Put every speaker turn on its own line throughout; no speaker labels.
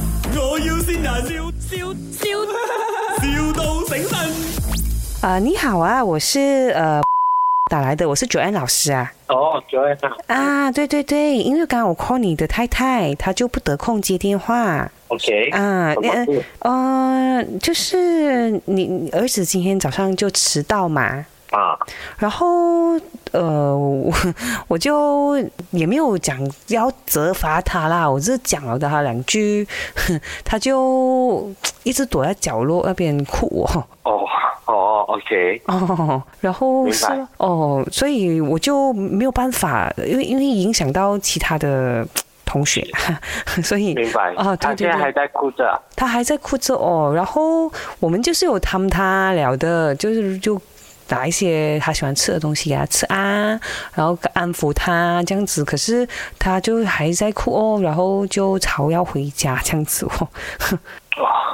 要先人，笑笑笑，,笑到醒 神。
啊、你好啊，我是呃 打来的，我是九安老师啊。
哦，九月啊
啊，对对对，因为刚刚我 call 你的太太，她就不得空接电话
，OK，
啊。
怎么
呃
不
呃，就是你你儿子今天早上就迟到嘛，
啊？
然后呃，我 我就也没有讲要责罚他啦，我只是讲了他两句， 他就一直躲在角落那边哭哦。
哦哦，OK，
哦，然后
明
是
白
咯哦，所以我就没有办法，因为因为影响到其他的同学， 所以
明白。
哦，
他
对对
现在还
对，
在哭着。
他还在哭着哦。然后我们就是有他们他聊的，就是就拿一些他喜欢吃的东西给他吃啊，然后安抚他这样子。可是他就还在哭哦，然后就吵要回家这样子哦。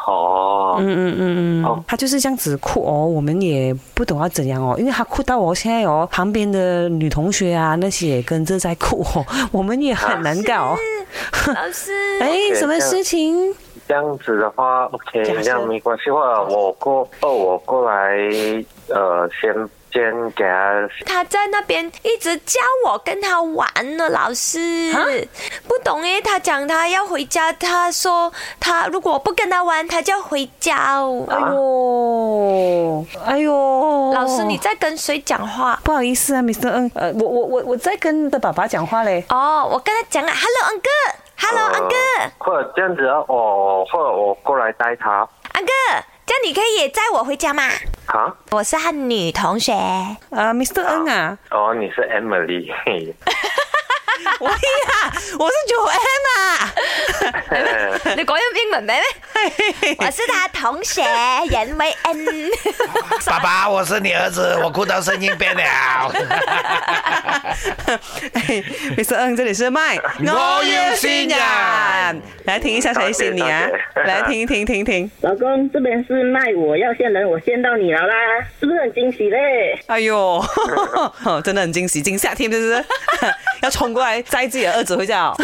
哦，
嗯嗯嗯嗯
好，
他就是这样子哭哦，我们也不懂要怎样哦，因为他哭到哦，现在哦，旁边的女同学啊那些也跟着在哭哦， 我们也很难搞。哦
老师，
哎，
对
什么
这样
事情？
这样子的话，OK，
假设
这样没关系。或者我过，哦，我过来，呃，先先给他。
他在那边一直叫我跟他玩呢，老师
啊。
不懂诶，他讲他要回家，他说他如果不跟他玩，他就要回家哦。
哎呦，哎呦，
老师，你在跟谁讲话？
不好意思啊，Mr. 嗯，呃，我我我我在跟的爸爸讲话嘞。
哦，我跟他讲啊，Hello uncle，Hello
哦
呃
uncle，uncle，
或者这样子啊，哦，或者我过来带他。
这样你可以也载我回家嘛？
啊？
我是他女同 学，
啊，Mr. 恩啊，
哦，你是 Emily。
我呀， 我是九 N 啊。
你讲英文咩？我是他同学，人为 恩。
爸爸，我是你儿子，我哭到声音变了。
嘿 Mr. 哎 Ng，这里是麦，
我要
新
先人，
来听一下谁先你 啊
多谢？多谢
来听听听听，
老公，这边是卖我要线人，我线到你了啦，是不是很惊喜嘞？
哎 呦，真的很惊喜，惊吓天就是 要冲过来摘自己的儿子回家哦，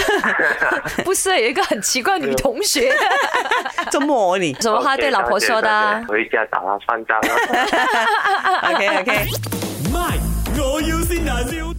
不是有一个很奇怪的女同学，
这么哦你
什么话对老婆说的啊、
OK，回家打他三张啊。
，OK OK。
My，我要先人，笑